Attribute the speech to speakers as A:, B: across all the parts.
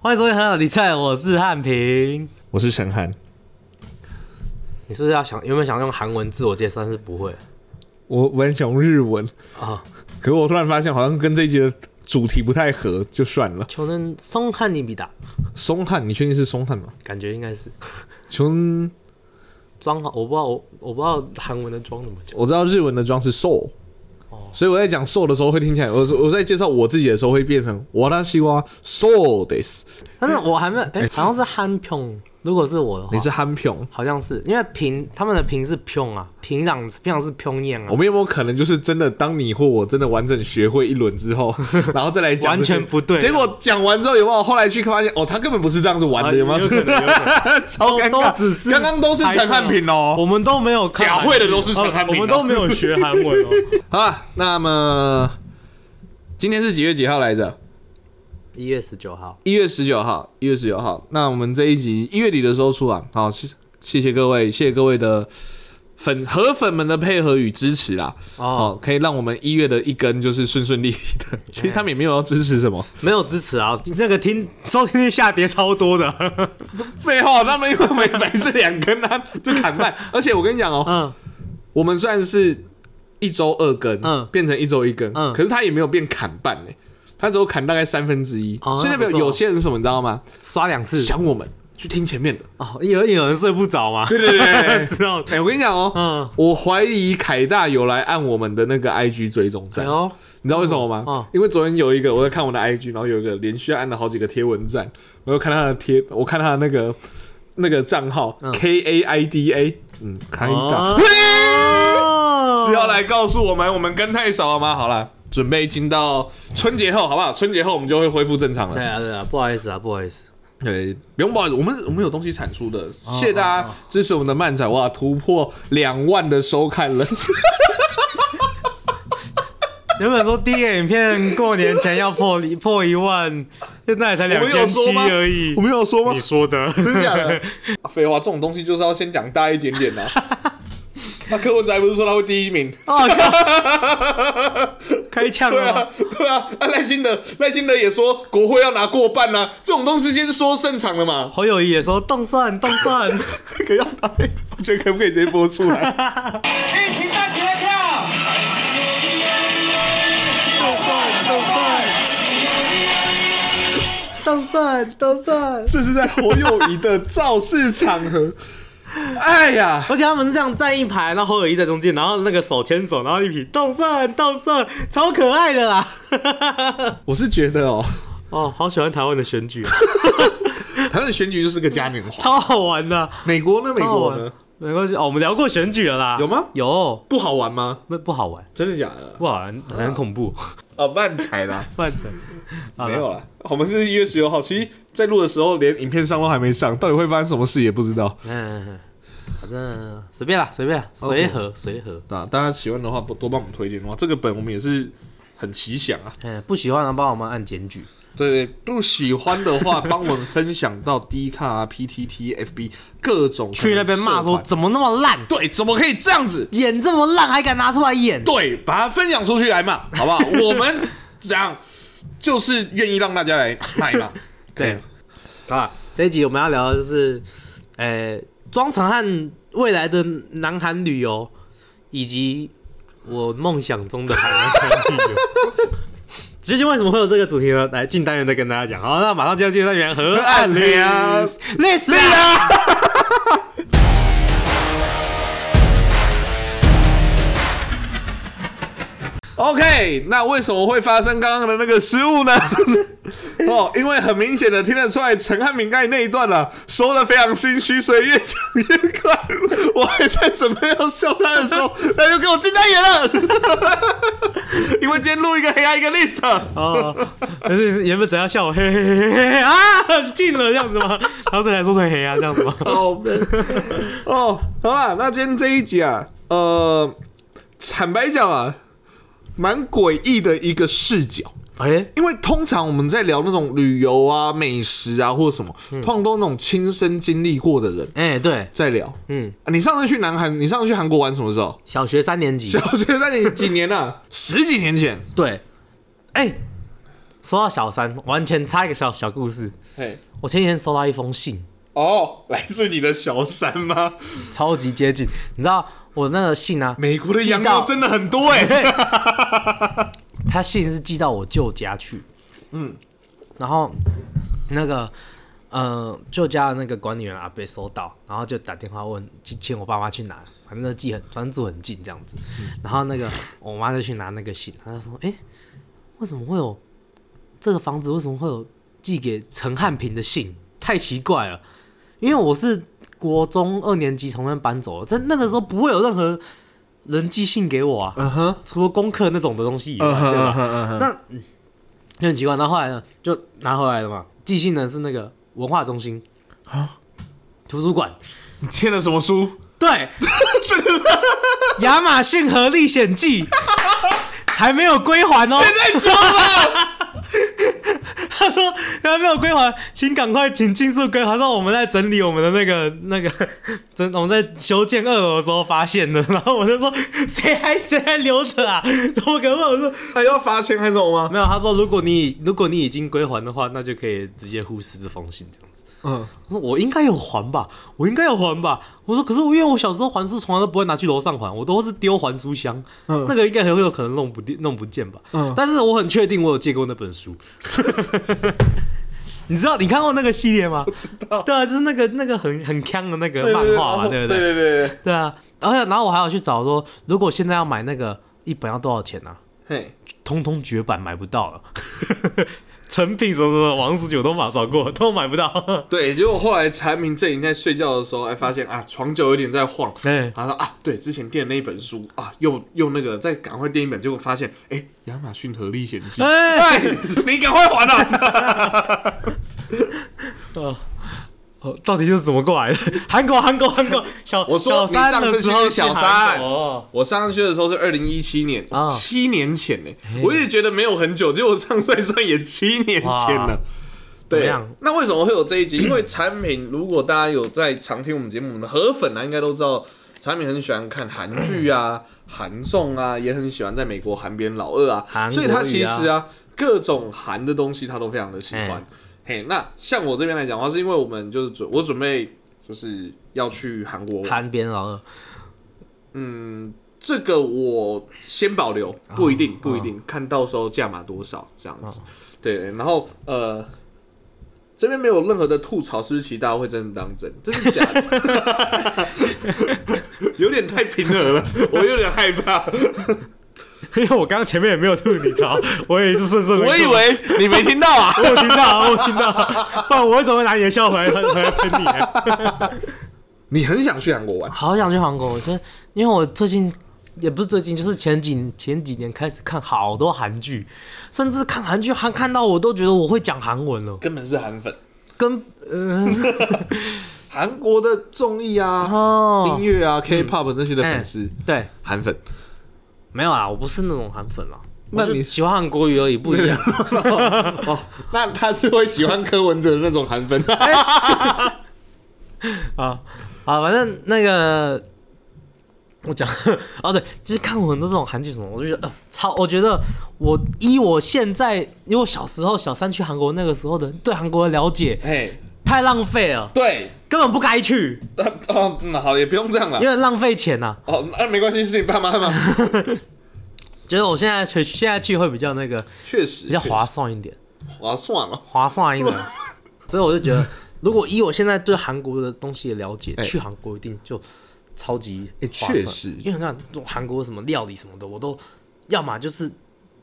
A: 欢迎收听《很好理财》，我是汉平。
B: 我是沈汉，
A: 你是不是要想有没有想用韩文自我介绍？但是不会
B: 我我很想用日文，
A: 啊。
B: 可是我突然发现好像跟这一集的主题不太合，就算了。
A: 求能松汉尼比达，
B: 松汉，你确定是松汉吗？
A: 感觉应该是
B: 琼，
A: 装好，我不知道我我不知道韩文的装怎么讲。
B: 我知道日文的妆是 soul，所以我在讲 soul 的时候会听起来，我我在介绍我自己的时候会变成我那西瓜 soul this。
A: 但是我还 没有，哎、好像是汉平。如果是我的话，
B: 你是憨平，
A: 好像是因为平他们的平是平啊，平壤平壤是平燕
B: 我
A: 啊，
B: 们有没有可能就是真的，当你或我真的完整学会一轮之 后，然后再来讲
A: 完
B: 这些，
A: 全不对
B: 结果讲完之后有没有后来去发现，哦，他根本不是这样子玩
A: 啊
B: 的，有没
A: 有可能有可
B: 超尴
A: 都
B: 尬，
A: 只是
B: 刚刚都是陈汉平哦。
A: 我们都没有看
B: 假会的都是陈汉
A: 我
B: 平哦
A: 们都没有学韩文哦。
B: 好啊，那么今天是几月几号来着？
A: 一月十九号，
B: 一月十九号，一月十九号。那我们这一集一月底的时候出啊。好，谢谢谢各位，谢谢各位的粉和粉们的配合与支持啦。
A: 哦，
B: 哦，可以让我们一月的一根就是顺顺利利 的。其实他们也没有要支持什么，
A: 没有支持啊，那个听收听率下跌超多的。
B: 废话，他们因为每每次两根啊就砍半。 而且我跟你讲哦，
A: 嗯，
B: 我们虽然是一周二更，
A: 嗯
B: 变成一周一更，
A: 嗯
B: 可是他也没有变砍半呢、他只有砍大概三分之一，
A: 哦
B: 所以代
A: 那
B: 表
A: 不错
B: 有些人是什么，你知道吗？
A: 刷两次
B: 想我们去听前面的。
A: 哦，有有人睡不着吗？
B: 对对对 对
A: 知道。
B: 哎、我跟你讲哦、
A: 嗯，
B: 我怀疑凯大有来按我们的那个 IG 追踪
A: 哎
B: 赞，
A: 呦，
B: 你知道为什么吗？
A: 嗯
B: 因为昨天有一个我在看我的 IG，然后有一个连续按了好几个贴文赞，然后看他的贴，我看他的那个那个账号、K A I D A，嗯，凯大、
A: 嗯哦
B: 是要来告诉我们我们跟太少了吗？好啦，准备进到春节后，好不好？春节后我们就会恢复正常了
A: 对。啊对啊，不好意思啊，不好意思。
B: 对，不用不好意思，我们我们有东西产出的，
A: 哦
B: 谢谢大家支持我们的漫展，哇，突破两万的收看了，
A: 原本说第一个影片过年前要破一破一万，现在也才
B: 我
A: 两
B: 们有
A: 千
B: 说
A: 七
B: 吗
A: 而已
B: 我。们有说吗
A: 你？说的，
B: 真的 假的？啊废话，这种东西就是要先讲大一点点的、啊。那柯文哲还不是说他会第一名？
A: 哦靠，哦开呛
B: 对
A: 了
B: 啊，对啊，那赖清德，赖清德也说国会要拿过半啊，这种东西先说胜场 了嘛。
A: 侯友谊也说动算动算，
B: 这个要打， 我觉得可不可以直接播出来？
C: 一起站起来跳！
A: 动算动算。
B: 这是在侯友谊的造势场合。哎呀，
A: 而且他们是这样站一排，然后侯友谊在中间，然后那个手牵手，然后一起动算动算，超可爱的啦。
B: 我是觉得哦，
A: 哦，好喜欢台湾的选举啊，
B: 台湾的选举就是个嘉年华。
A: 超好玩的，
B: 美国呢？美
A: 超好
B: 国
A: 玩
B: 呢？。
A: 没关系哦，我们聊过选举了啦。
B: 有吗
A: 有，
B: 不好玩吗？
A: 不不好玩，
B: 真的假的？
A: 不好玩，很恐怖。
B: 啊，漫才啦，
A: 乱整，好
B: 没
A: 了
B: 有啦。我们是一月十九号，其实在录的时候连影片上都还没上，到底会发生什么事也不知道。
A: 嗯，反正随便啦，随便啦，随和随和。
B: 那大家喜欢的话，多帮我们推荐的话，这个本我们也是很奇想啊。
A: 嗯，不喜欢的帮我们按检举。
B: 对，不喜欢的话，帮我们分享到 D 卡、啊、PTT、FB 各种
A: 去那边骂
B: 社
A: 说
B: 团
A: 怎么那么烂，
B: 对，怎么可以这样子？
A: 演这么烂还敢拿出来演？
B: 对，把它分享出去来嘛，好不好？我们这样就是愿意让大家来卖嘛。
A: 对，啊，这一集我们要聊的就是，呃，庄成汉未来的南韩旅游，以及我梦想中的南韩旅游。 究竟为什么会有这个主题呢？来进单元再跟大家讲。好，那马上进入进入单 元河岸
B: 河岸
A: 聊
B: 聊，
A: 累死啊！
B: OK，那为什么会发生刚刚的那个失误呢？ 哦，因为很明显的听得出来，陈汉明刚才那一段了、说的非常心虚，所以越讲越快。我还在准备要笑他的时候，他就给我进单眼了。 因为今天录一个黑暗一个 list，
A: 哦，可是原本只要笑我嘿嘿嘿嘿嘿啊， 进了这样子吗？然后再来说成嘿啊这样子吗？
B: 哦 哦，好吧，那今天这一集啊，呃，坦白讲啊，蛮诡异的一个视角。
A: 哎、
B: 因为通常我们在聊那种旅游啊、美食啊或者什么，通常都是那种亲身经历过的人
A: 哎、对，
B: 在聊。
A: 嗯，？
B: 啊你上次去南韩，你上次去韩国玩什么时 候
A: 小学 三年级，
B: 小学在你几年啊？十几年前。
A: 对，哎、说到小三，完全插一个小小故事。
B: 嘿，
A: 我前几天收到一封信，
B: 哦，来自你的小三吗？
A: 超级接近。你知道我那个信啊，
B: 美国的羊
A: 寄到
B: 肉真的很多哎、
A: 他信是寄到我舅家去，
B: 嗯，
A: 然后那个呃舅家的那个管理员阿伯收到，然后就打电话问请请我爸妈去拿，反正就寄很专注很近这样子，然后那个我妈就去拿那个信，她就说，哎、为什么会有这个房子为什么会有寄给陈汉平的信？太奇怪了，因为我是国中二年级从那边搬走的，在那个时候不会有任何人寄信给我啊，
B: 嗯哼，
A: 除了功课那种的东西以外，
B: 嗯哼
A: 对吧
B: 嗯？哼嗯哼，
A: 那嗯就很奇怪。然后后来呢，就拿回来了嘛。寄信呢是那个文化中心
B: 啊
A: 图书馆，
B: 你签了什么书？
A: 对，亚马逊和历险记还没有归还哦。
B: 太久了，
A: 他说他没有归还，请赶快，请尽速归还。让我们在整理我们的那个那个， 真我们在修建二楼的时候发现的。然后我就说， 谁还谁还留着啊？怎么可能？我说
B: 还哎要罚钱还是什么吗？
A: 没有。他说，如果你如果你已经归还的话，那就可以直接忽视这封信这样子。
B: 嗯，
A: 我说我应该有还吧，我应该有还吧。我说可是我因为我小时候还书从来都不会拿去楼上还，我都是丢还书箱，
B: 嗯
A: 那个应该很有可能弄不丢弄不见吧。
B: 嗯
A: 但是我很确定我有借过那本书。 你知道你看过那个系列吗？
B: 知道。
A: 对啊，就是那个那个很很强的那个漫画嘛，对不
B: 对？对对对，
A: 对啊，而且然后我还有去找说，如果现在要买那个一本要多少钱呢、啊？
B: 嘿，
A: 通通绝版买不到了， 成品什么什么王十九都买找过，都买不到。
B: 对，结果后来查明正颖在睡觉的时候，还发现啊，床脚有点在晃。
A: 对，
B: 他说啊，对，之前订的那一本书啊，又又那个，再赶快订一本，结果发现，哎、亚马逊和历险记，
A: 哎
B: 哎，你赶快还啊！
A: 哦，哦，到底是怎么过来的？ 韩国，韩国，韩国，小
B: 我
A: 小
B: 说你
A: 三
B: 上
A: 的
B: 次
A: 时
B: 去
A: 候
B: 是小
A: 去韩
B: 三
A: 国哦，
B: 我上学的时候是二零一七年，
A: 啊
B: 七年前呢、我也觉得没有很久，结果上算一算也七年前
A: 哇
B: 了。
A: 怎么
B: 对
A: 样，
B: 那为什么会有这 一集？因为产品，如果大家有在常听我们节目，我们的河粉啊，应该都知道，产品很喜欢看韩剧
A: 嗯
B: 啊、韩综啊，也很喜欢在美国韩边老二啊，
A: 韩国
B: 所以他其
A: 语
B: 实
A: 啊
B: 啊，各种韩的东西他都非常的喜欢
A: 嗯。
B: 嘿，那像我这边来讲的话，是因为我们就是准，我准备就是要去韩国玩
A: 韩边哦老二，
B: 这个我先保留，不一定，不一定，看到时候价码多少这样子。对，然后呃，这边没有任何的吐槽，是不是其实大家会真的当真？这是假的， 有点太平和 了，我有点害怕。
A: 因为我刚刚前面也没有吐你槽，我也是顺顺的。
B: 我以为你没听到啊，
A: 我有听到，我有听 到，不然我怎么会拿你的笑回来回来喷你、啊？
B: 你很想去韩国玩，
A: 好想去韩国，我觉得，因为我最近也不是最近，就是前几前几年开始看好多韩剧，甚至看韩剧还看到我都觉得我会讲韩文了，
B: 根本是韩粉，
A: 跟嗯、
B: 韩国的综艺啊、哎
A: 哦
B: 音，乐啊、K-pop 这些的粉丝，
A: 对，
B: 韩 粉。
A: 没有啊，我不是那种韩粉啦。
B: 那
A: 我就
B: 你
A: 喜欢韩国语而已，不 一样。
B: 哦，那他是会喜欢柯文哲的那种韩粉。
A: 啊啊，反正那个我讲哦，对，就是看过很多这种韩剧什么，我就觉得、呃、超，我觉得我依我现在，因为我小时候小三去韩国那个时候的对韩国的了解
B: 嘿，
A: 太浪费了，
B: 对，
A: 根本不该去，
B: 啊哦，嗯，好，也不用这样了
A: 因。为浪费钱啊呐、
B: 哦，那、没关系，是你爸妈嘛。
A: 觉得我现在去现在去会比较那个
B: 确实
A: 比较划算一点，
B: 划算了。
A: 划算一点， 所以我就觉得，如果依我现在对韩国的东西的了解，
B: 哎
A: 去韩国一定就超级
B: 哎
A: 划算
B: 确实
A: 因为你看这种韩国什么料理什么的，我都要么就是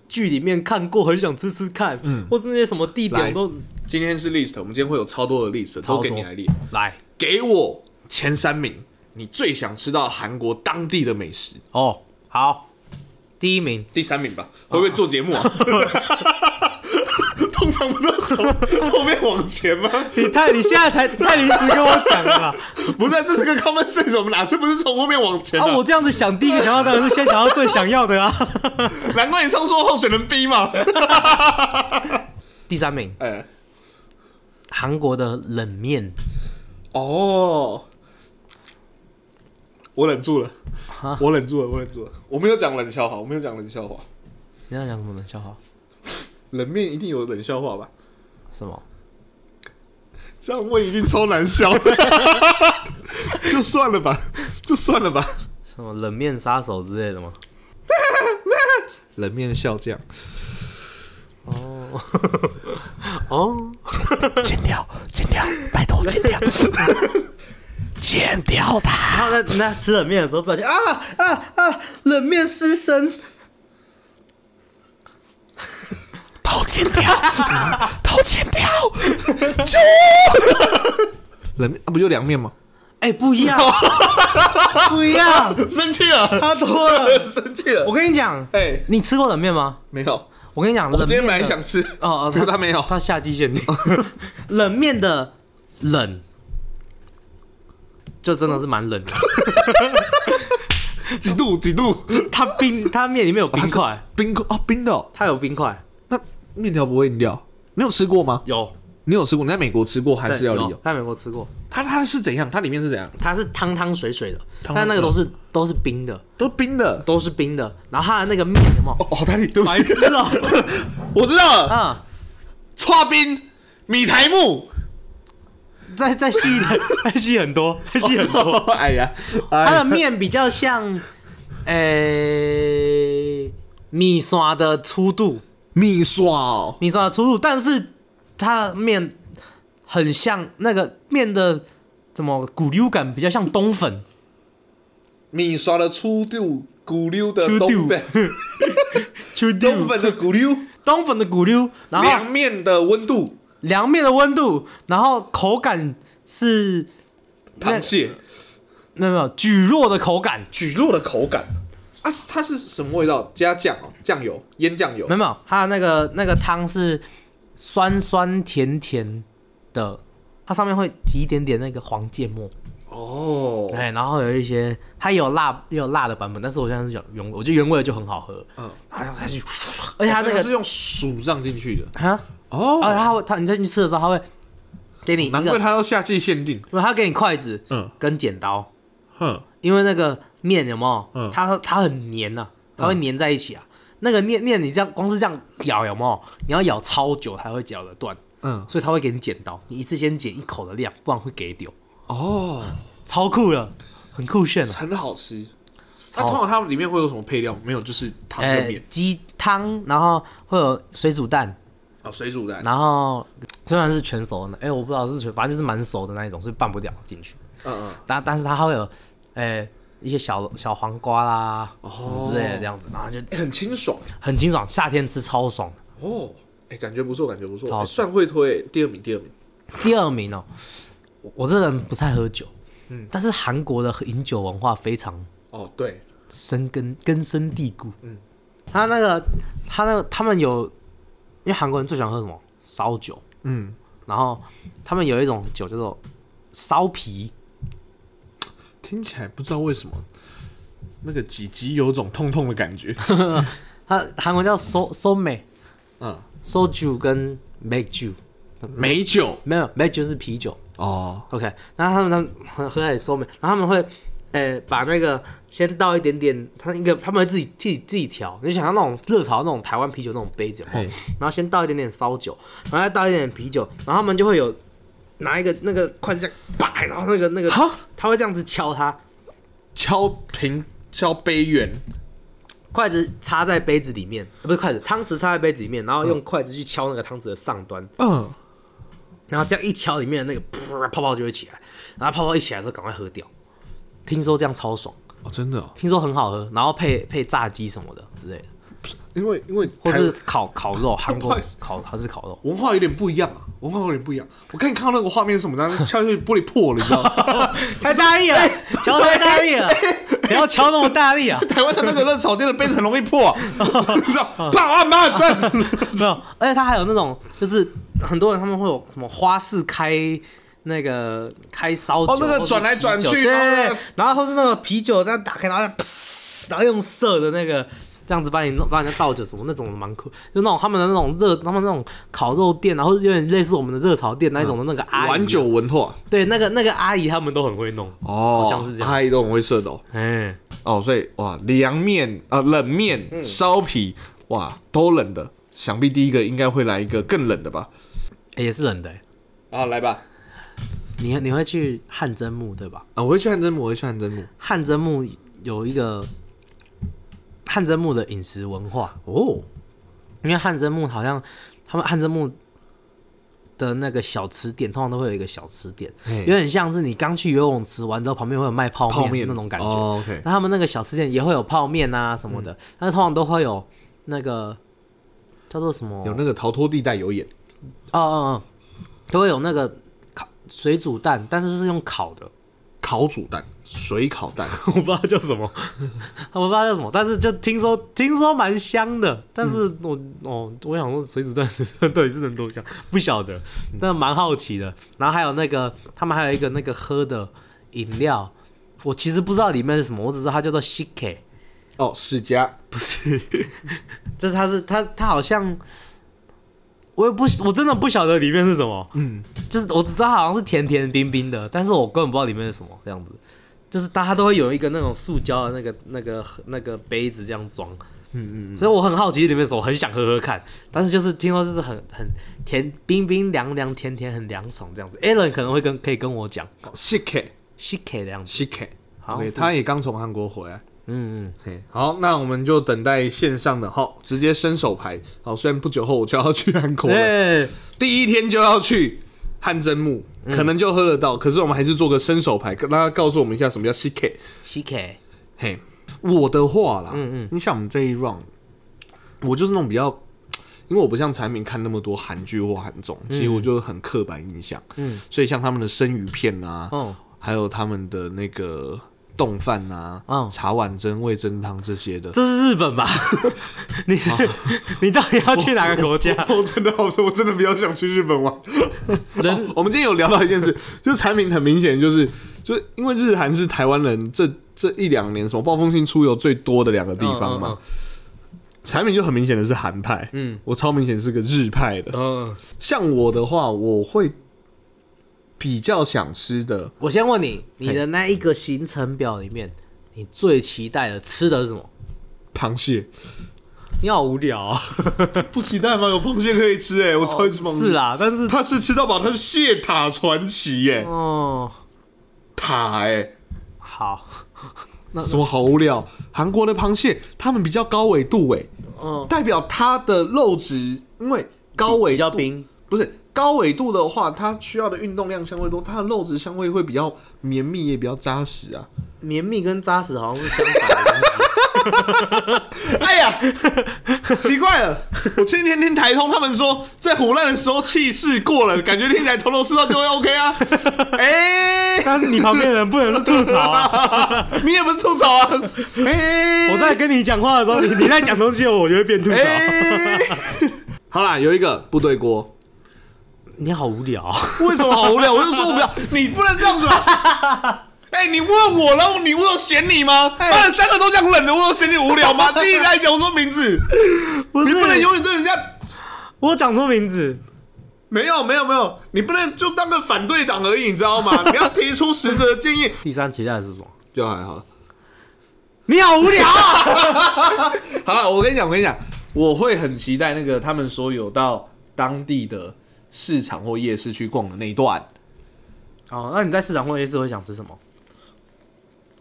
A: 剧里面看过，很想吃吃看，嗯，或是那些什么地点
B: 来
A: 我都
B: 今天是 list，我们今天会有超多的 list，
A: 超多
B: 都给你来列。
A: 来
B: 给我前三名，你最想吃到韩国当地的美食。
A: 哦。好，第一名，
B: 第三名吧，会
A: 哦
B: 不会做节目 啊？ 通常不都从后面往前吗？
A: 你太你现在才太临时跟我讲了 吧
B: 不是啊，这是个 common sense，我们哪次不是从后面往前
A: 啊！我这样子想，第一个想到当然是先想到最想要的啊。
B: 难怪你上说候选人 B 嘛。
A: 第三名，
B: 哎，
A: 韩国的冷面
B: 哦，我忍住了
A: 哈，
B: 我忍住了，我忍住了，我没有讲冷笑话，我没有讲冷笑话。
A: 你要讲什么冷笑话？
B: 冷面一定有冷笑话吧？
A: 什么？
B: 这样问一定超难笑的， 就算了吧，就算了吧。
A: 什么冷面杀手之类的吗？
B: 冷面笑匠，
A: 哦，哦，
D: 剪掉，剪掉，拜托剪 掉，剪掉它。
A: 他在那吃冷面的时候不小心啊啊啊，冷面失身，
D: 刀剪掉， 刀剪掉，救
B: 冷面、啊、不就凉面吗？
A: 哎、不一样，不一样，
B: 生气了，
A: 差多了。
B: 生气了
A: 我。跟你讲，
B: 哎、
A: 你吃过冷面吗？
B: 没有，
A: 我跟你讲，
B: 我
A: 冷
B: 今
A: 面
B: 天本来
A: 的
B: 想吃，
A: 哦哦，
B: 可是 他没哦有
A: 他夏季限定。 冷面的冷，就真的是蛮冷 的。
B: 几度几度，
A: 它冰，它面里面有冰块，
B: 冰块哦，冰的哦、
A: 它有冰块，
B: 那面条不会硬掉？你有吃过吗？
A: 有
B: 你有吃过？你在美国吃过还是
A: 对
B: 要理
A: 有
B: 由？
A: 在美国吃过，
B: 它它是怎样？它里面是怎样？
A: 它是汤汤水水的，
B: 汤
A: 但那个都是都是冰的，
B: 都冰的。
A: 都是冰的。然后它的那个面有没 有？
B: 哦，好大力，对不起，
A: 知道
B: 啊 我知道了，
A: 啊，
B: 串冰、米苔木。
A: 再再细一点，再细很多，再细很多。
B: 哎呀，哎
A: 它的
B: 呀，
A: 面比较像，诶、米刷的粗度，
B: 米刷哦，
A: 米刷的粗度，但是它的面很像那个面的怎么骨溜感比较像冬粉，
B: 米刷的粗度，骨溜的
A: 粗度
B: 呃冬 粉，
A: 秋
B: 冬粉的骨溜，
A: 冬粉的骨溜，然后
B: 凉面的温度，
A: 凉面的温度，然后口感是那
B: 螃蟹，
A: 没有没有蒟蒻的口感，
B: 蒟蒻的口感。啊，它是什么味道？加酱哦，酱油，腌酱油
A: 没有。没有，它的那个那个汤是酸酸甜甜的，它上面会挤一点点那个黄芥末。
B: 哦，
A: 哎，然后有一些它也有辣也有辣的版本，但是我现在是讲原味，我觉得原味的就很好喝，
B: 嗯，
A: 然后下去，而且它那
B: 这
A: 个
B: 个是用数上进去的。
A: 啊，
B: 哦
A: 啊，它会它你再去吃的时候，它会给你一
B: 难怪
A: 个，
B: 它要夏季限定。
A: 不，它给你筷子，
B: 嗯
A: 跟剪刀，
B: 哼，
A: 因为那个面有没有，
B: 嗯
A: 它它很黏呐、它会黏在一起啊。那个面面你这样光是这样咬有没有？你要咬超久才会咬得断，
B: 嗯，
A: 所以它会给你剪刀，你一次先剪一口的量，不然会给丢，
B: 哦，
A: 超酷了，很酷炫啊了。
B: 很好吃。它
A: 超好
B: 通常它里面会有什么配料？没有，就是汤跟
A: 呃
B: 面，
A: 鸡汤，然后会有水煮蛋，
B: 哦，水煮蛋。
A: 然后虽然是全熟的，哎、我不知道是全，反正就是蛮熟的那一种，所以拌不了进去。
B: 嗯嗯，
A: 但但是它会有，哎、一些小小黄瓜啦，什么之类的这样子，然后就
B: 哎很清爽。
A: 很清爽，夏天吃超爽。
B: 哦，哎，感觉不错，感觉不错，
A: 超
B: 哎
A: 好吃
B: 算会推。第二名，第二名。
A: 第二名哦、我我这人不太喝酒，但是韩国的饮酒文化非常
B: 哦，对，
A: 深根根深蒂固。嗯，他那个他那个他们有，因为韩国人最喜欢喝什么烧酒，
B: 嗯，
A: 然后他们有一种酒叫做烧啤，
B: 听起来不知道为什么那个几集有种痛痛的感 觉。
A: 它韩文叫 so so 美
B: 嗯，
A: soju 跟 make 酒，
B: 美酒
A: 没有 make 酒是啤酒
B: 哦，
A: ，OK。然后他们他们喝在 so 美，然后他们会，呃，把那个先倒一点点，他一个他们会自己自己自己调，你想象那种热潮那种台湾啤酒那种杯子有没有
B: 嘿
A: 然后先倒一点点烧酒，然后再倒一点点啤酒，然后他们就会有拿一个那个筷子这样摆，然后那个那个
B: 哈，
A: 他会这样子敲它，
B: 敲瓶敲杯圆，
A: 筷子插在杯子里面，呃不是筷子，汤匙插在杯子里面，然后用筷子去敲那个汤匙的上端，
B: 嗯，
A: 然后这样一敲，里面的那个噗泡泡就会起来，然后泡泡一起来之后赶快喝掉。听说这样超爽，
B: 哦，真的哦，
A: 听说很好喝，然后配配炸鸡什么的之类的，
B: 因为因为
A: 或
B: 台
A: 是烤烤肉，韩
B: 不
A: 国
B: 好意思
A: 烤还是烤 肉，
B: 文化有点不一样啊，文化有点不一样。我刚你看到那个画面是什么，然后敲下去玻璃破了，你知 道吗？
A: 太大力了，敲太大力了，哎 不要敲那么大力啊！
B: 台湾的那个热炒店的杯子很容易破、 啊，你知道？爸啊妈爸！
A: 没有，而且它还有那种，就是很多人他们会有什么花式开那个开烧酒，
B: 哦那个
A: 或是
B: 转来转去
A: 啤酒对
B: 然后
A: 对
B: 那个
A: 对，然后或是那个啤酒，那打开然后就 噗然后用射的那个。这样子把你弄，把人家倒酒什么那种蛮酷，就那种他们的那种热，他们那种烤肉店，然后有点类似我们的热炒店那一种的那个阿姨，啊
B: 玩酒文化
A: 对那个那个阿姨他们都很会弄，
B: 哦
A: 好像是这样
B: 阿姨都很会射的哦。
A: 哎、
B: 哦所以哇，凉面啊、呃冷面、烧皮，哇，都冷的，想必第一个应该会来一个更冷的吧？
A: 欸也是冷的欸。
B: 啊，来吧！
A: 你你会去汗蒸木对吧？
B: 啊，我会去汗蒸木，我会去汗蒸木。
A: 汗蒸木有一个汗蒸木的饮食文化，
B: 哦，
A: 因为汗蒸木好像他们汗蒸木的那个小吃店，通常都会有一个小吃店，
B: 嘿
A: 有点像是你刚去游泳池玩之后，旁边会有卖泡
B: 泡
A: 面
B: 面
A: 那种感觉。
B: 哦，OK
A: 那他们那个小吃店也会有泡面啊什么的，但是通常都会有那个叫做什么？
B: 有那个逃脱地带有眼，
A: 哦哦哦，都会有那个烤水煮蛋，但是是用烤的，
B: 烤煮蛋、水烤蛋，
A: 我不知道叫什么， 我不知道叫什么，但是就听说听说蛮香的，但是我、哦，我想说水煮蛋水煮蛋到底是 能多香，不晓得，但蛮好奇的。然后还有那个他们还有一个那个喝的饮料，我其实不知道里面是什么，我只知道它叫做 shike，
B: 哦，世家
A: 不是， 就是它是它它好像。我也不，我真的不晓得里面是什么。嗯，就是我只知道它好像是甜甜冰冰的，但是我根本不知道里面是什么这样子。就是大家都会有一个那种塑胶的那个、那个、那个杯子这样装。嗯嗯所以我很好奇里面是什么，我很想喝喝看。但是就是听说就是很很甜，冰冰凉凉，甜甜很凉爽这样子。Alan 可能会跟可以跟我讲
B: s h i k
A: s h i k 这样子。
B: s h i k
A: 好像
B: OK，
A: 是
B: 他也刚从韩国回来。
A: 嗯嗯，
B: 嘿好，那我们就等待线上的，好，直接伸手牌。好，虽然不久后我就要去韩国了，
A: 对，
B: 第一天就要去汗蒸木，
A: 嗯
B: 可能就喝得到，可是我们还是做个伸手牌，让他告诉我们一下什么叫 CK。
A: s h i k
B: 嘿，我的话啦，
A: 嗯嗯
B: 你像我们这一 round，我就是那种比较，因为我不像产品看那么多韩剧或韩综，其实我就是很刻板印象，
A: 嗯，
B: 所以像他们的生鱼片啊，
A: 哦，
B: 还有他们的那个。冻饭啊，
A: 嗯
B: 茶碗蒸、味噌汤这些的，
A: 这是日本吧？ 你是、你到底要去哪个国家？
B: 我真的好，我真的比较想去日本玩。哦我们今天有聊到一件 事，就是产品很明显就是，就是因为日韩是台湾人这这一两年什么暴风性出游最多的两个地方嘛，
A: 嗯嗯
B: 产品就很明显的是韩派，
A: 嗯，
B: 我超明显是个日派的。
A: 嗯，
B: 像我的话，我会比较想吃的
A: 我先问你，你的那一个行程表里面，你最期待的吃的是什么？
B: 螃蟹，
A: 你好无聊啊、
B: 不期待吗？有螃蟹可以吃哎、我超
A: 哦
B: 级吃螃蟹。
A: 是，啦，但是
B: 他是吃到饱，他是蟹塔传奇耶、
A: 哦，
B: 塔哎、
A: 好，
B: 什么好无聊？韩国的螃蟹，他们比较高纬度哎、
A: 嗯，
B: 代表它的肉质，因为高纬
A: 比较
B: 度
A: 冰，
B: 不是高纬度的话，它需要的运动量相对多，它的肉质相对会比较绵密，也比较扎实啊。
A: 绵密跟扎实好像是相反的东西。
B: 哎呀，奇怪了，我今天听台通他们说，在虎烂的时候气势过了，感觉听起来头头是道就会 OK 啊。哎、
A: 但是你旁边的人不能是吐槽 啊！
B: 你也不是吐槽啊？哎、
A: 我在跟你讲话的时候，你你在讲东西，我就会变吐 槽。
B: 哎、 好啦，有一个部队锅。
A: 你好无 聊啊、
B: 为什么好无聊？我就说我不 要，你不能这样子吧？ 哎、你问我，然后你我有嫌你吗？妈的，三个都这样冷的，我有嫌你无聊 吗？第一个还讲我说名字，
A: 不
B: 你
A: 是，
B: 不能永远对人家
A: 我讲错名字，
B: 没有没有没有，你不能就当个反对党而已，你知道吗？你要提出实质的建议，
A: 第三期待的是什么？
B: 就还好了。
A: 你好无聊、啊！
B: 好了，我跟你讲，我跟你讲，我会很期待那个他们说有到当地的市场或夜市去逛的那一段，
A: 哦，那你在市场会夜市会想吃什么？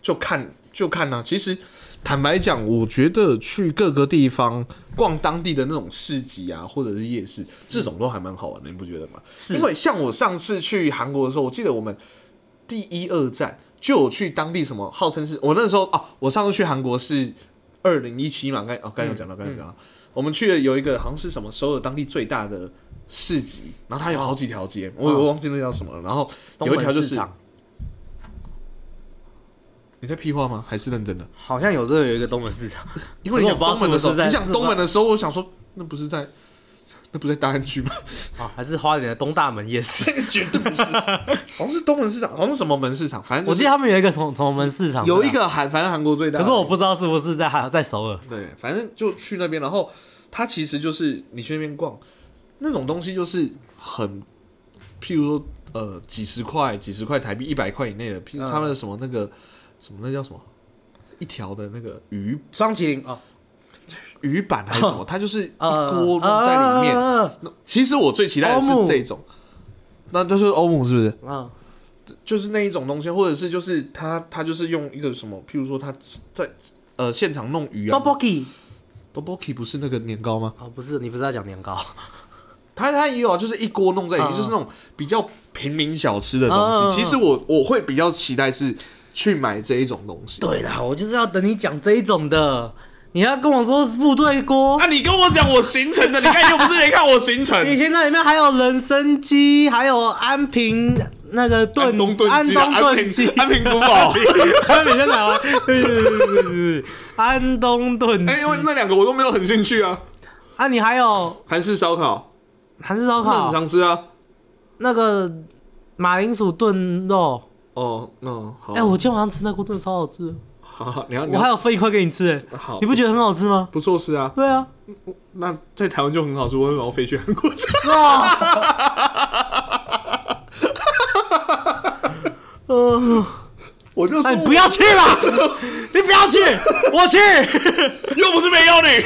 B: 就看就看啊。其实坦白讲，我觉得去各个地方逛当地的那种市集啊，或者是夜市，这种都还蛮好玩的，你不觉得吗？
A: 是
B: 因为像我上次去韩国的时候，我记得我们第一二站就有去当地什么，号称是我那时候哦，我上次去韩国是二零一七嘛，刚哦刚才有
A: 嗯
B: 讲到，刚才有讲到，我们去了有一个好像是什么首尔当地最大的。市集，然后它有好几条街，我我忘记那叫什么了。然后
A: 东
B: 有一
A: 门
B: 条就
A: 市
B: 是
A: 场
B: 你在屁话吗？还是认真的？
A: 好像有真的有一个东门市场，
B: 因为你想
A: 可是我
B: 东
A: 不
B: 门的
A: 知道是不
B: 时候，
A: 是在
B: 你想东门的时候，我想说，那不是在，那不是在大安区吗？
A: 啊，还是花莲的东大门夜市。
B: 绝对不是， 好像是东门市场，好像是什么门市场，反正
A: 我
B: 就是
A: 记得他们有一个什么什么门市场，
B: 有一，个韩，反正韩国最大的。
A: 可是我不知道是不是在韩在首尔。
B: 对，反正就去那边，然后它其实就是你去那边逛，那种东西就是很，譬如说呃几十块、几十块台币、一百块以内的，譬如
A: 嗯
B: 他们的什么那个、什么那叫什么一条的那个鱼
A: 双麒麟哦，
B: 鱼板还是什么，它就是一
A: 呃
B: 锅弄在里面。
A: 啊
B: 那其实我最期待的是
A: 欧姆
B: 这种，那就是欧姆是不是？
A: 啊
B: 就是那一种东西，或者是就是他他就是用一个什么，譬如说他在呃现场弄鱼
A: d
B: 啊
A: o b o k i
B: d o b o k i 不是那个年糕吗？
A: 哦，不是，你不是要讲年糕？
B: 他他也有啊，就是一锅弄在里面，
A: 嗯
B: 就是那种比较平民小吃的东西。
A: 嗯嗯嗯
B: 其实我我会比较期待是去买这一种东西。
A: 对啦，我就是要等你讲这一种的。你要跟我说部队锅，
B: 啊，你跟我讲我行程的，你看又不是没看我行程。
A: 以前那里面还有人参鸡，还有安平那个炖
B: 安东炖
A: 安
B: 鸡啊，
A: 东
B: 安
A: 炖
B: 平
A: 鸡，
B: 安平古堡。
A: 安平在哪啊？对对对对对对安东炖
B: 哎，因为那两个我都没有很兴趣啊。
A: 啊，你还有
B: 韩式烧烤，
A: 韩式烧
B: 那
A: 烤
B: 很，常吃啊。
A: 那个马铃薯炖肉。
B: 哦，那好。
A: 哎、我今天晚上吃那锅真的超好吃的，
B: 好好，你要你
A: 我还
B: 要
A: 有分一块给你吃、哎，
B: 好
A: 你不觉得很好吃吗？
B: 不错是啊。
A: 对 啊，
B: 那在台湾就很好吃，我为什么非去韩国吃？
A: 哇，
B: 哦
A: 呃，
B: 我就说
A: 哎，不要去了，你不要去，我 去。
B: 又不是没有你。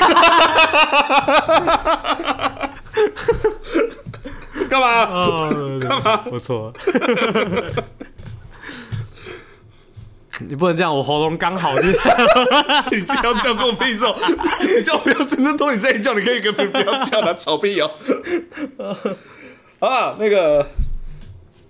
B: 干嘛？
A: 干嘛？不错。 你不能这样，我喉咙刚好就是。
B: 你这样叫跟我屁事哦！你叫我不要真正拖你这一叫，你可以跟不要叫他吵屁哦。 啊，那个，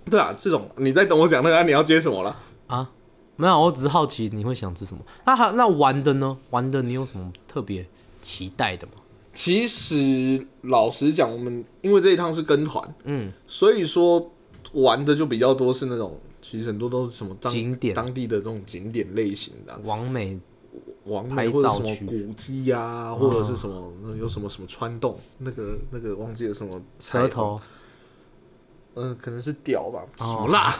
B: 对啊，这种你在等我讲那个、啊，你要接什么了？
A: 啊，没有，我只是好奇你会想吃什么。那好，那玩的呢？玩的你有什么特别期待的吗？
B: 其实老实讲，我们因为这一趟是跟团，
A: 嗯，
B: 所以说玩的就比较多是那种，其实很多都是什么当
A: 景点
B: 当地的这种景点类型的啊、
A: 王美
B: 王
A: 拍
B: 美或者
A: 照
B: 什么
A: 区
B: 古迹呀、啊，或者是什么、那有什么什么川洞，那个那个忘记了什么
A: 舌， 头
B: 嗯、可能是屌吧，什
A: 哦
B: 么 啦，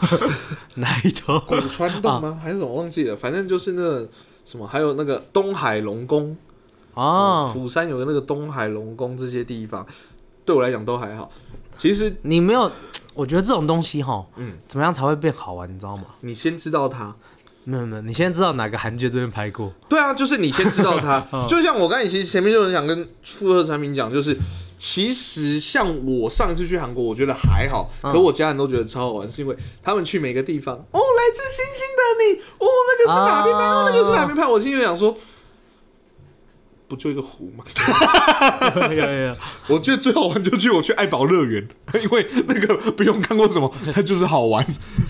A: 哪一 头？
B: 古川洞吗？还是什么忘记了？反正就是那什么，还有那个东海龙宫
A: 哦，
B: 釜山有个那个东海龙宫这些地方，对我来讲都还好。其实
A: 你没有，我觉得这种东西哈，
B: 嗯
A: 嗯，怎么样才会变好玩，你知道吗？
B: 你先知道它，
A: 没有没有，你现在知道哪个韩剧这边拍过？
B: 对啊，就是你先知道它。就像我刚才其实前面就很想跟富二产品讲，就是其实像我上一次去韩国，我觉得还好，可我家人都觉得超好玩，是因为他们去每个地方，哦，来自星星的你，哦，那个是哪边拍？哦，那个是哪边拍？我心里就想说，不就一个湖吗？
A: 有 有有，
B: 我觉得最好玩就去我去爱宝乐园，因为那个不用看过什么，它就是好玩，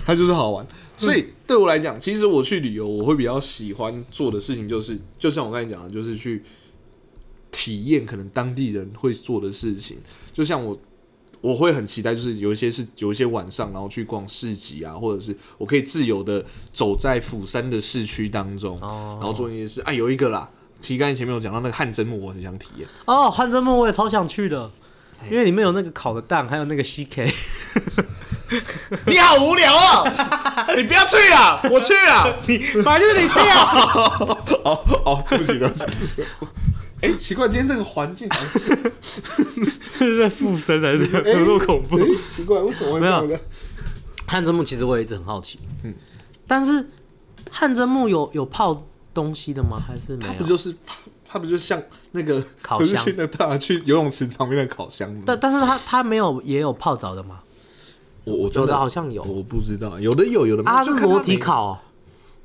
B: 它就是好玩。所以对我来讲，其实我去旅游，我会比较喜欢做的事情就是，就像我刚才讲的，就是去体验可能当地人会做的事情。就像我，我会很期待，就是有一些是有一些晚上，然后去逛市集啊，或者是我可以自由的走在釜山的市区当中，
A: 哦
B: 然后做一些事。啊，有一个啦，其实刚才前面有讲到那个汗蒸木，我很想体验。
A: 哦，幻真梦我也超想去的，因为里面有那个烤的蛋，还有那个 CK。
B: 你好无聊哦！你不要去了，我去了。
A: 你反正你去啊！
B: 哦哦，对不起，对不 起。哎、奇怪，今天这个环境好 像，
A: 是在附身还是有多恐怖
B: 哎、？奇怪，为什么会这样
A: 没
B: 的？
A: 汗蒸木其实我也一直很好奇，嗯，但是汗蒸木有有泡东西的吗？还是没有
B: 它不？就是它不就像那个
A: 烤箱
B: 不是去那大去游泳池旁边的烤箱吗？
A: 但但是它它没有也有泡澡的吗？
B: 我我真
A: 有的好像有
B: 我不知道，有的有，有的没有。
A: 啊，它
B: 就是看它
A: 裸体
B: 每，
A: 烤哦，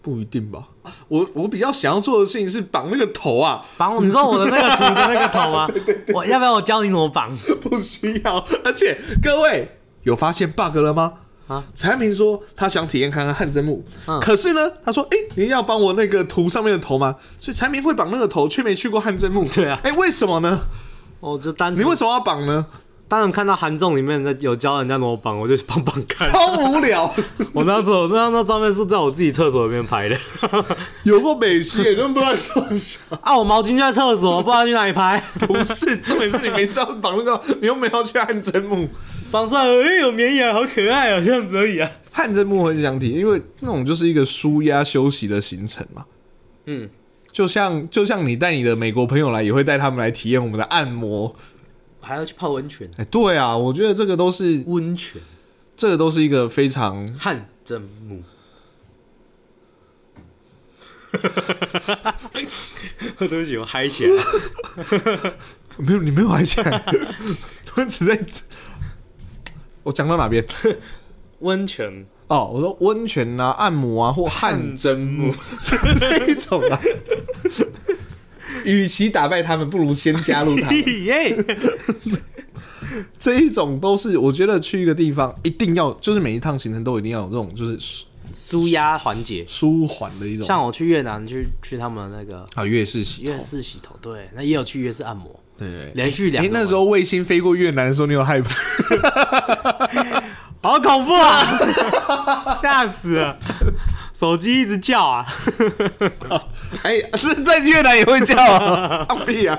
B: 不一定吧？我我比较想要做的事情是绑那个头啊，
A: 绑我你说我的那个图的那个头 吗？我要不要我教你怎么绑？
B: 不需要。而且各位有发现 bug 了吗？
A: 啊，
B: 产品说他想体验看看汗蒸木，
A: 嗯
B: 可是呢，他说：“哎、你要帮我那个涂上面的头吗？”所以产品会绑那个头，却没去过汗蒸 木。
A: 对啊
B: 哎、为什么呢？
A: 我哦就单
B: 你
A: 纯
B: 为什么要绑 呢？
A: 当然看到韩综里面在有教人家怎么绑，我就去帮帮 看。
B: 超无聊，
A: 我那时候那那照片是在我自己厕所里面拍 的
B: 有过美西，也真不知道做啥。
A: 啊，我毛巾就在厕所，不知道去哪里拍。
B: 不是，重点是你没事要绑那个，你又没有去汗蒸木。
A: 绑上了，哎，有绵羊，好可爱啊，这样子而已啊。
B: 汗蒸木很想体验，因为那种就是一个舒压休息的行程嘛。
A: 嗯，
B: 就像就像你带你的美国朋友来，也会带他们来体验我们的按摩。
A: 还要去泡温泉，
B: 哎、对啊，我觉得这个都是
A: 温泉
B: 这个都是一个非常
A: 汗蒸木。 对不起，我嗨起来了。
B: 没有，你没有还起来， 我只在，我讲到哪边？
A: 温泉
B: 哦，我说温泉啊、按摩啊或汗蒸木 那一种啊。与其打败他们，不如先加入他们。
A: 耶，
B: 这一种都是我觉得去一个地方一定要，就是每一趟行程都一定要有这种就是舒
A: 舒压环节。
B: 舒缓的一种。
A: 像我去越南，去去他们那个
B: 啊，越式洗头
A: 越，式洗头，对，那也有去越式按摩，
B: 对。
A: 连续两
B: 哎，
A: 个
B: 那
A: 晚
B: 时候卫星飞过越南的时候，你有害 怕？
A: 好恐怖啊！ 吓死了，手机一直叫啊！
B: 哎，是在越南也会叫 啊？放屁啊！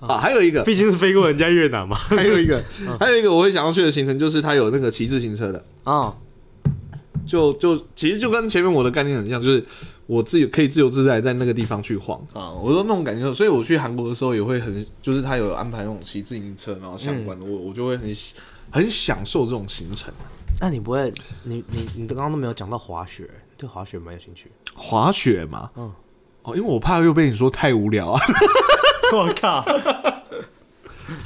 B: 啊，还有一 个，
A: 毕竟是飞过人家越南嘛。
B: 还有一个，还有一个我会想要去的行程，就是它有那个骑自行车的，
A: 嗯，
B: 就就其实就跟前面我的概念很像，就是我自己可以自由自在在那个地方去晃啊。我说那种感觉，所以我去韩国的时候也会很，就是他有安排那种骑自行车，然后相关的，
A: 嗯
B: 我我就会很喜很享受这种行程。
A: 那你不会，你你你刚刚都没有讲到滑雪，你对滑雪蛮有兴趣。
B: 滑雪嘛，嗯，哦，因为我怕又被你说太无聊啊。
A: 我靠，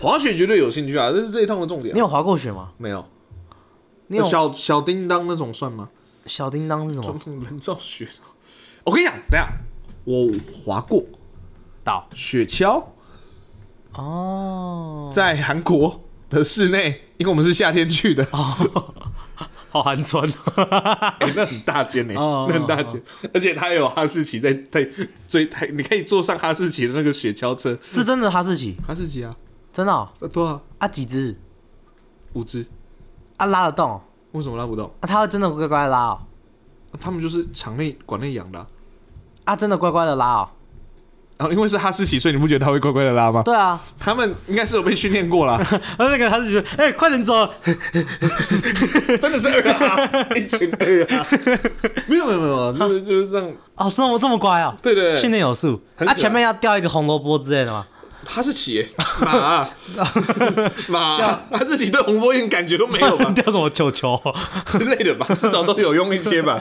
B: 滑雪绝对有兴趣啊，这是这一趟的重点
A: 你
B: 啊。
A: 有滑过雪吗？
B: 没有？呃
A: 你有哦
B: 小小叮当那种算吗？
A: 小叮当是什么
B: 种？人造雪。 我跟你讲，等一下我滑过
A: 岛
B: 雪橇，
A: 哦，
B: 在韩国的室内，因为我们是夏天去的，
A: 哦好寒酸哦。
B: 欸那很大间呢、
A: 哦
B: 那很大间，而且它有哈士奇在在追，它你可以坐上哈士奇的那个雪橇车，
A: 是真的哈士奇，
B: 哈士奇啊，
A: 真的哦
B: 呃，多少
A: 啊几只
B: 五只？
A: 啊拉得动哦
B: 为什么拉不动？
A: 啊，它会真的乖乖地拉哦
B: 他们就是场内馆内养的啊、
A: 啊，真的乖乖的拉哦。
B: 然后因为是哈士奇，所以你不觉得它会乖乖的拉吗？
A: 对啊，
B: 他们应该是有被训练 过啦，
A: 啊 那个哈士奇，哎，快点走，
B: 真的是二哈，一群二哈，没有没有没有，就是就是这样，
A: 哦，这么这么乖哦，
B: 对对对
A: 训练有素。
B: 很可爱
A: 啊，前面要掉一个红萝卜之类的吗？
B: 哈士 奇欸马啊马啊哈士奇对洪波一点感觉都没有吧？
A: 掉什么球球？
B: 之类的吧，至少都有用一 些吧。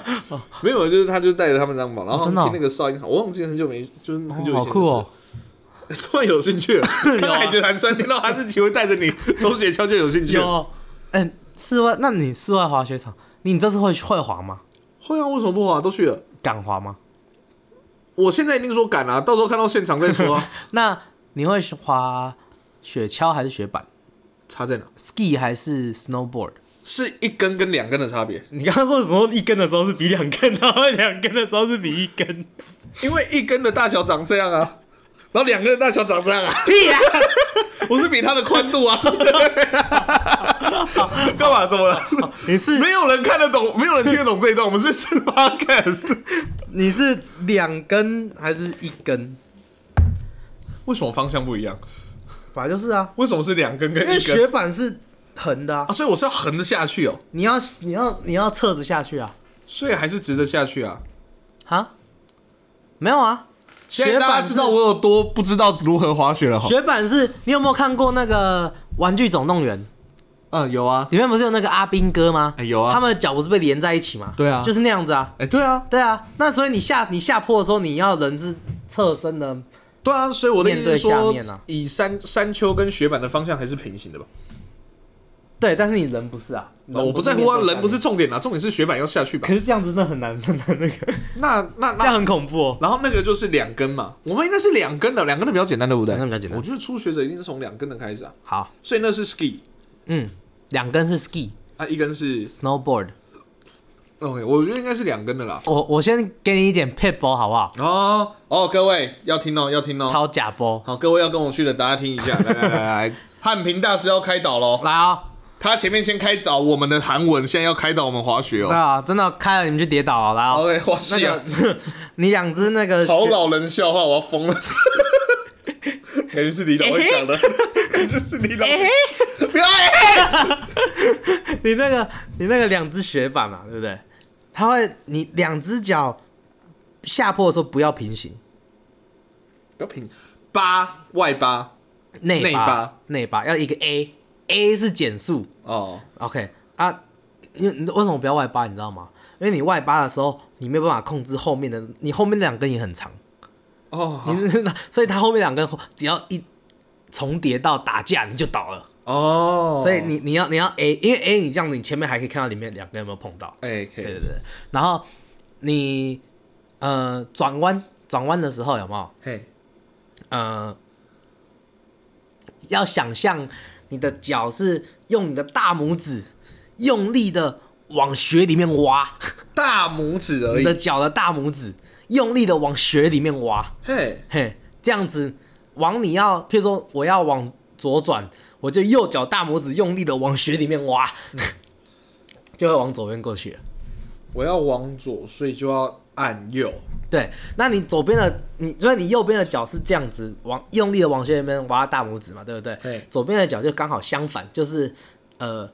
B: 没有，就是他就带着他们这样跑，然
A: 哦
B: 后他
A: 真的哦
B: 们听那个哨音，我忘记很久没，就是很久以前、
A: 哦好酷哦！啊
B: 突然有 兴趣了，刚才还觉得寒酸，听到哈士奇会带着你走雪橇就有兴趣。
A: 有，嗯，室外，那你室外滑雪场，你你这次会会滑吗？
B: 会啊，为什么不滑？都去了。
A: 敢滑吗？
B: 我现在一定说敢啊，到时候看到现场再说啊。
A: 那你会滑雪橇还是雪板
B: 差在哪？
A: ？ski 还是 snowboard？
B: 啊是一根跟两根的差别，
A: 你刚刚说的时候，一根的时候是比两根，然后两根的时候是比一根。
B: 因为一根的大小长这样啊，然后两根的大小长这样啊。
A: 屁 啊！
B: 我是比它的宽度啊。 干嘛？怎么了？
A: 你是
B: 没有人看得懂，没有人听得懂这一段。我们是是 podcast。
A: 你是两根还是一根？
B: 为什么方向不一样？
A: 本来就是啊，
B: 为什么是两根
A: 因
B: 跟
A: 为
B: 一根
A: 雪板是横的啊
B: 啊？，所以我是要横着下去哦，
A: 你要你要你要侧着下去啊？
B: 所以还是直着下去啊。
A: 啊？没有啊，
B: 现在
A: 雪
B: 大
A: 板
B: 家
A: 是
B: 知道我有多不知道如何滑雪了哈。
A: 雪板是你有没有看过那个《玩具总动员》？
B: 嗯，有啊。
A: 里面不是有那个阿兵哥吗？
B: 哎有啊
A: 他们的脚不是被连在一起吗？
B: 对啊
A: 就是那样子啊。
B: 哎，对啊，
A: 对啊，那所以你下你下坡的时候，你要人是侧身的，
B: 对啊，所以我的意思是
A: 面对下
B: 说
A: 面啊，
B: 以山山丘跟雪板的方向还是平行的吧。
A: 对，但是你人不是啊。
B: 哦我不在乎啊，人不是
A: 面
B: 重点啊，重点是雪板要下去吧
A: 对下面。可。是这样子那很难 很难那个，
B: 那那
A: 这
B: 那
A: 样很恐怖哦。
B: 然后那个就是两根嘛，我们应该是两根的，两根的比较简单，对不对？
A: 两根比较简单
B: 我觉得初学者一定是从两根的开始啊，
A: 好，
B: 所以那是 ski
A: 嗯，两根是 ski
B: 啊，一根是
A: snowboard。
B: OK，我觉得应该是两根的啦。
A: 我我先给你一点 pit ball 好不好？
B: 哦哦，各位要听哦，要听哦。
A: 掏假包，
B: 好，各位要跟我去的，大家听一 下。来来来来，汉平大师要开导喽，
A: 来哦。
B: 他前面先开导我们的韩文，现在要开导我们滑雪
A: 对
B: 哦。
A: 啊，真的开了你们就跌倒了，然后
B: OK，滑
A: 那
B: 雪啊，
A: 个 你两只那个
B: 好
A: 雪
B: 老人笑话，我要疯了。感觉是李老会讲的，感觉是李老。不要哎嘿
A: 你那个你那个两只雪板啊嘛，对不对？它会你两只脚下坡的时候不要平行，
B: 不要平八外八
A: 内
B: 内八
A: 内八要一个 A，A 是减速
B: 哦，
A: ，OK 啊？因为为什么不要外八？你知道吗？因为你外八的时候，你没有办法控制后面的，你后面那两根也很长，
B: 哦好
A: 你所以他后面两根只要一重叠到打架你就倒了，
B: 哦，
A: 所以你你要你要 A，因为 A 你这样子，你前面还可以看到里面两根有没有碰到，
B: 哎可
A: 对对
B: 以，
A: 对，然后你呃转弯转弯的时候有没有？
B: 嘿，
A: 呃，要想象你的脚是用你的大拇指用力的往雪里面挖，
B: 大拇指而
A: 你的
B: 已，
A: 脚的大拇指用力的往雪里面挖，
B: 嘿，
A: 嘿，这样子往你要，譬如说我要往左转，我就右脚大拇指用力的往雪里面挖， 就会往左边过去了。
B: 我要往左，所以就要按右，
A: 对，那你左边的你，所以你右边的脚是这样子往用力的往前面挖大拇指嘛，对不对？
B: 对
A: 左边的脚就刚好相反，就是呃，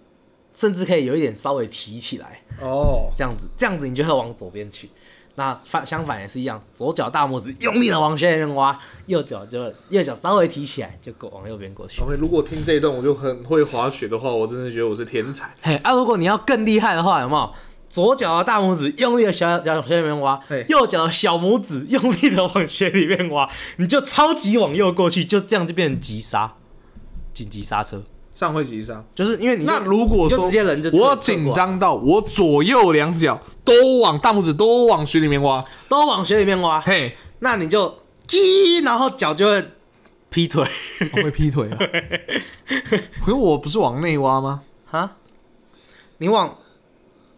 A: 甚至可以有一点稍微提起来，
B: 哦，
A: 这样子，这样子你就会往左边去。那反相反也是一样，左脚大拇指用力的往前面挖，右脚就右脚稍微提起来就过往右边过去。
B: OK，如果听这一段我就很会滑雪的话，我真的觉得我是天才。
A: 嘿，啊，如果你要更厉害的话，有没有？左脚的大拇指用力的小脚往前面挖
B: 嘿，
A: 右脚的小拇指用力的往雪里面挖， 你就超级往右过去，就这样就变成急刹，紧急刹车，
B: 这样会急刹。
A: 就是因为你就
B: 那如果
A: 你
B: 说
A: 就直接人就侧
B: 我紧，
A: 侧过来
B: 张到我左右两脚都往大拇指都往水里面挖，
A: 都往雪里面挖，
B: 嘿，
A: 那你就叽，然后脚就会劈 腿
B: 我会劈腿 啊！可是我不是往内挖吗？
A: 啊！你往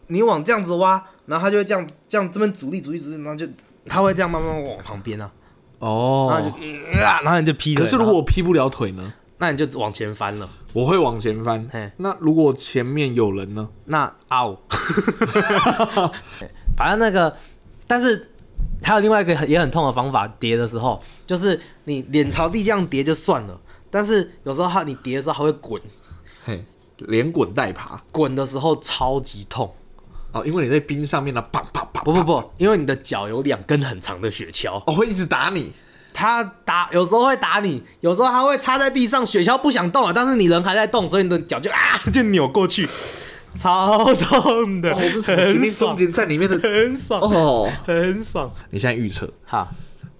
A: 你往这样子挖，然后它就会这样这样这边阻力阻力阻力，然后就它会这样慢慢往旁边啊，然
B: 哦
A: 后就、嗯啊，然后你就劈腿。
B: 可是如
A: 然后
B: 果我劈不了腿呢？
A: 那你就往前翻了。
B: 我会往前翻
A: 嘿。
B: 那如果前面有人 呢？
A: 那啊呜， 反正那个，但是还有另外一个很也很痛的方法，叠的时候就是你脸朝地这样叠就算了，但是有时候它你叠的时候还会滚，
B: 嘿，连滚带爬
A: 滚的时候超级痛。
B: 哦，因为你在冰上面呢，啪啪啪，
A: 不不不，因为你的脚有两根很长的雪橇，
B: 哦，会一直打你。
A: 它打有时候会打你，有时候它会插在地上，雪橇不想动了，但是你人还在动，所以你的脚就啊就扭过去，超痛的，
B: 哦，这是《绝
A: 很
B: 命
A: 爽
B: 终，结战》里 面的
A: 很爽，
B: 哦。
A: 很爽。
B: 你现在预测
A: 好，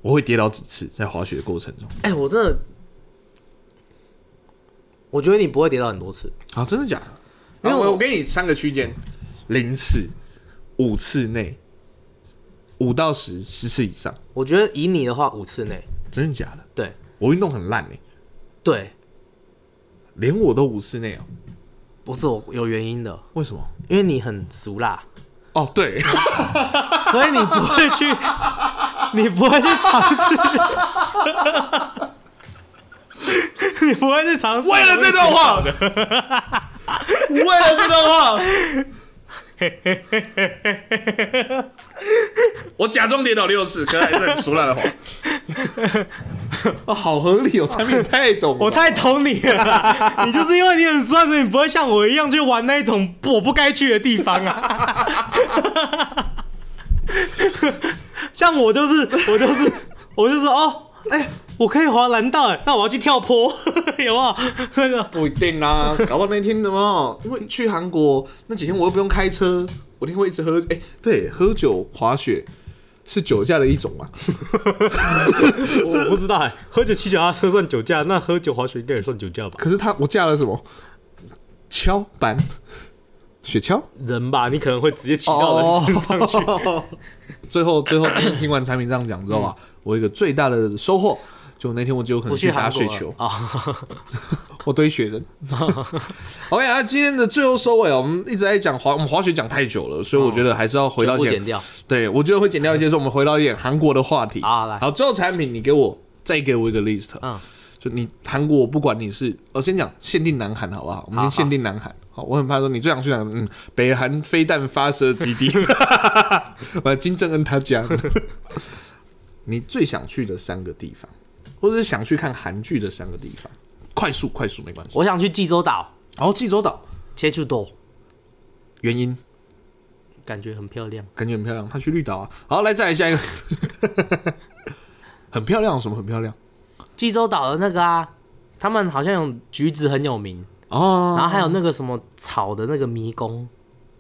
B: 我会跌倒几次在滑雪的过程中？
A: 哎、我真的，我觉得你不会跌倒很多次。
B: 啊，真的假的？
A: 因为
B: 啊
A: 我
B: 我我给你三个区间：零次、五次内、五到十、十次以上。
A: 我觉得以你的话，五次内，
B: 真的假的？
A: 对
B: 我运动很烂哎、
A: 对，
B: 连我都五次内哦。
A: 不是我有原因的，
B: 为什么？
A: 因为你很熟啦，
B: 哦，对，
A: 所以你不会去， 你不会去尝试， 你不会去尝试。
B: 为了这段话，为了这段话， 我假装跌倒六次，可是还是很熟烂的话。 哦，好合理哦，产品太懂了
A: 我太懂你了啦，你就是因为你很酸，所以你不会像我一样去玩那一种我不该去的地方啊。像我就是我就是我就是哦，哎、我可以滑蓝道哎，那我要去跳坡， 有没有？那个
B: 不一定啦，搞不好那天的嘛，因为去韩国那几天我又不用开车，我一定会一直喝。哎、对，喝酒滑雪是酒驾的一种嘛？
A: 我不知道哎、喝酒骑脚踏车算酒驾，那喝酒滑雪应该也算酒驾吧？
B: 可是他我驾了什么？跷板，雪橇。
A: 人吧，你可能会直接骑到人身上去。
B: 哦 最后，最后听听完产品这样讲之后啊，
A: 嗯
B: 我有一个最大的收获，就那天我就有可能去打雪球，
A: 啊，
B: 我堆雪人。OK，那今天的最后收尾啊，我们一直在讲滑，我们滑雪讲太久了，所以我觉得还是要回到
A: 全部
B: 一些
A: 剪掉。
B: 对，我觉得会剪掉一些，所以我们回到一点韩国的话题。
A: 好啊来
B: 好，最后产品你给我再给我一个 list，
A: 嗯，
B: 就你韩国不管你是，我先讲限定南韩好不好？我们
A: 好
B: 先限定南
A: 啊
B: 韩。好，我很怕说你最想去哪？嗯，北韩飞弹发射 基地，我金正恩他家。 你最想去的三个地方，或者是想去看韩剧的三个地方，快速快速没关系。
A: 我想去济州岛
B: 然后济州岛
A: 接触多，
B: 原因
A: 感觉很漂亮。
B: 感觉很漂亮，他去绿岛啊。好，来再来下一个， 很漂亮，什么很漂亮？
A: 济州岛的那个啊，他们好像有橘子很有名，
B: 哦，
A: 然后还有那个什么草的那个迷宫，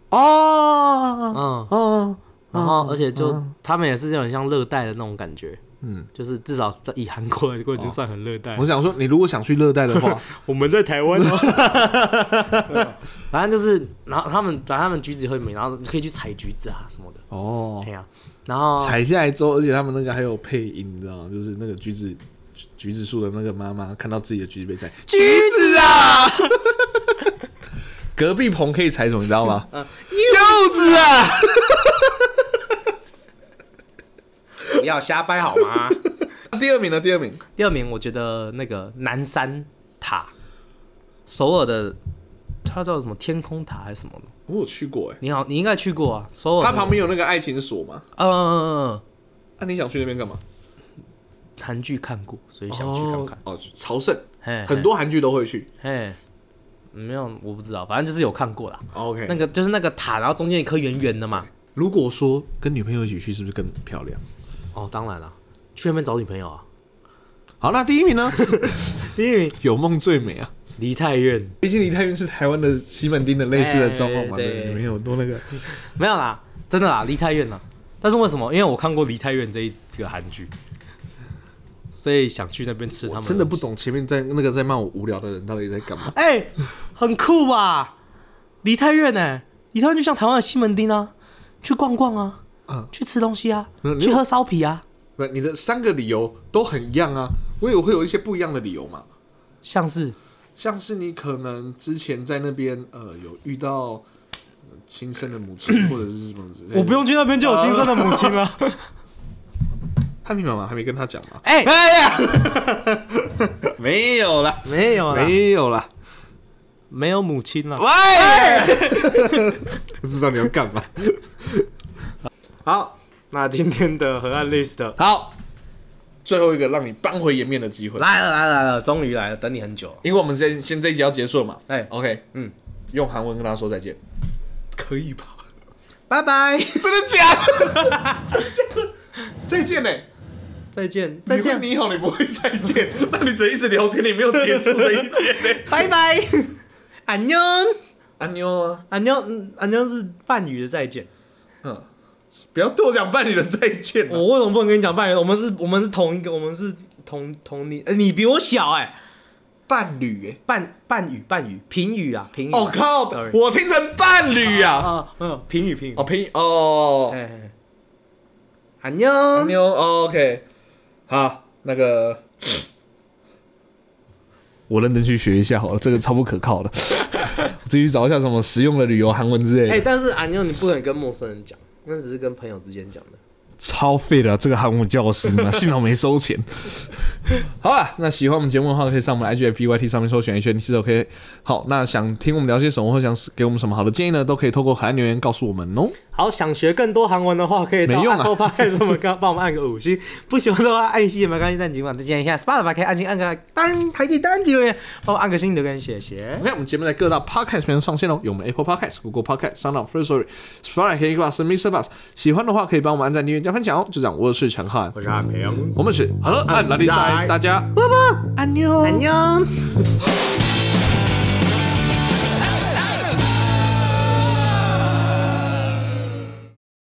B: 啊
D: 哦
A: 嗯，
D: 哦，
A: 然后而且就他们也是有点像热带的那种感觉，
B: 嗯，哦
A: 就是至少在以韩国来过就算很热带
B: 我。想说，你如果想去热带的话，
A: 我们在台湾哦， 反正就是，然后他们把他们橘子也会美，然后可以去采橘子啊什么的，
B: 哦
A: 哎，呀，然后
B: 采哦下来之后，而且他们那个还有配音，你知道吗？就是那个橘子橘橘子树的那个妈妈看到自己的橘子被采，橘子啊！ 隔壁棚可以采什么，你知道 吗？柚子啊！
E: 不要瞎掰好吗？
B: 第二名呢？第二名，
A: 第二名我觉得那个南山塔，首尔的，它叫什么天空塔还是什么的？
B: 我有去过哎、
A: 你好，你应该去过啊，首尔的
B: 它旁边有那个爱情锁嘛？
A: 嗯嗯嗯
B: 那、你想去那边干嘛？
A: 嗯，韩剧看过，所以想去看哎看。
B: 哦，朝圣，
A: 嘿，
B: 很多韩剧都会去。
A: 嘿，嘿没有我不知道，反正就是有看过啦。
B: OK，
A: 哎那个就是那个塔，然后中间一颗圆圆的嘛。
B: 如果说跟女朋友一起去，是不是更漂亮？
A: 哦，当然啦，去那边找女朋友啊。
B: 好，那第一名呢？
A: 第一名
B: 有梦最美啊！
A: 梨泰院
B: 毕竟梨泰院是台湾的西门町的类似的状况嘛，
A: 哎对
B: 对，里面有很多那个
A: 没有啦，真的啦，梨泰院啦。但是为什么？因为我看过梨泰院这一这个韩剧，所以想去那边吃他
B: 我
A: 们。
B: 真的不懂前面在那个在骂我无聊的人到底在干嘛
A: 哎、很酷吧？梨泰院呢、梨泰院就像台湾的西门町啊，去逛逛啊，
B: 嗯
A: 去吃东西啊，
B: 嗯
A: 去喝烧啤啊，
B: 不，你的三个理由都很一样啊，我以为会有一些不一样的理由嘛，
A: 像是
B: 像是你可能之前在那边呃有遇到呃亲生的母亲或者是什么之类的，
A: 我不用去那边就有亲生的母亲啊 了。
B: 汉密妈妈还没跟他讲吗？
A: 哎、
B: 哎呀，没有啦，
A: 没有啦，
B: 没有啦，
A: 没有母亲了。
B: 喂， 不知道你要干嘛。
A: 好，那今天的河岸 list
B: 好，最后一个让你扳回颜面的机会，
A: 来了来了来了，终于来了，等你很久了。
B: 因为我们先先这一集要结束了嘛。
A: 哎
B: ，OK，
A: 嗯，
B: 用韩文跟他说再见，可以吧？
A: 拜拜，
B: 真的假的？ 再见了，再见呢、
A: 再见，
B: 你问你好，你不会再见，那你只一直聊天，你没有结束的一天欸呢、
A: 拜 拜，安妞，
B: 安妞啊，
A: 安妞，嗯安妞是半语的再见。
B: 嗯，不要对我讲伴侣的再见啊了、
A: 我为什么不能跟你讲半年？我们是，我们是同一个，我们是同同年，呃你比我小哎、
B: 伴侣、欸，
A: 半半语半语平语啊平语。
B: 我、哦靠
A: Sorry，
B: 我听成伴侣啊，
A: 啊，没有平语平语。
B: 哦平哦，
A: 哎哎，哎安妞
B: 安。妞、哦、，OK，好，那个。我认真去学一下好了， 这个超不可靠的。我自己去找一下什么实用的旅游韩文之类的。
A: 哎，但是安妞你不能跟陌生人讲，那只是跟朋友之间讲的。
B: 超废的、啊这个韩文教师 嘛，幸好没收钱。好啦，那喜欢我们节目的话，可以上我们的 IG FPYT 上面搜选一圈，其实 OK。好，那想听我们聊些什么，或想给我们什么好的建议呢，都可以透过海岸留言告诉我们哦。
A: 好，想学更多韩文的话，可以到
B: 没用啊
A: Apple Podcast 帮我们刚帮我们按个五星。 不喜欢的话，按一星也没关系，但尽管推荐一下 Spotify 可以按星按个单台记单集留言，帮我按个星留言，谢谢。
B: OK，我们节目在各大 Podcast 平台上线哦，有我们 Apple Podcast、Google Podcast、Sound On、First Story、Spotify、KK Bus、Mr. Bus。喜欢的话，可以帮我们按赞、订阅、加分享哦。就这样，我是陈汉，
A: 我是阿平，
B: 我们是河岸拉力赛，大家
A: 安妞。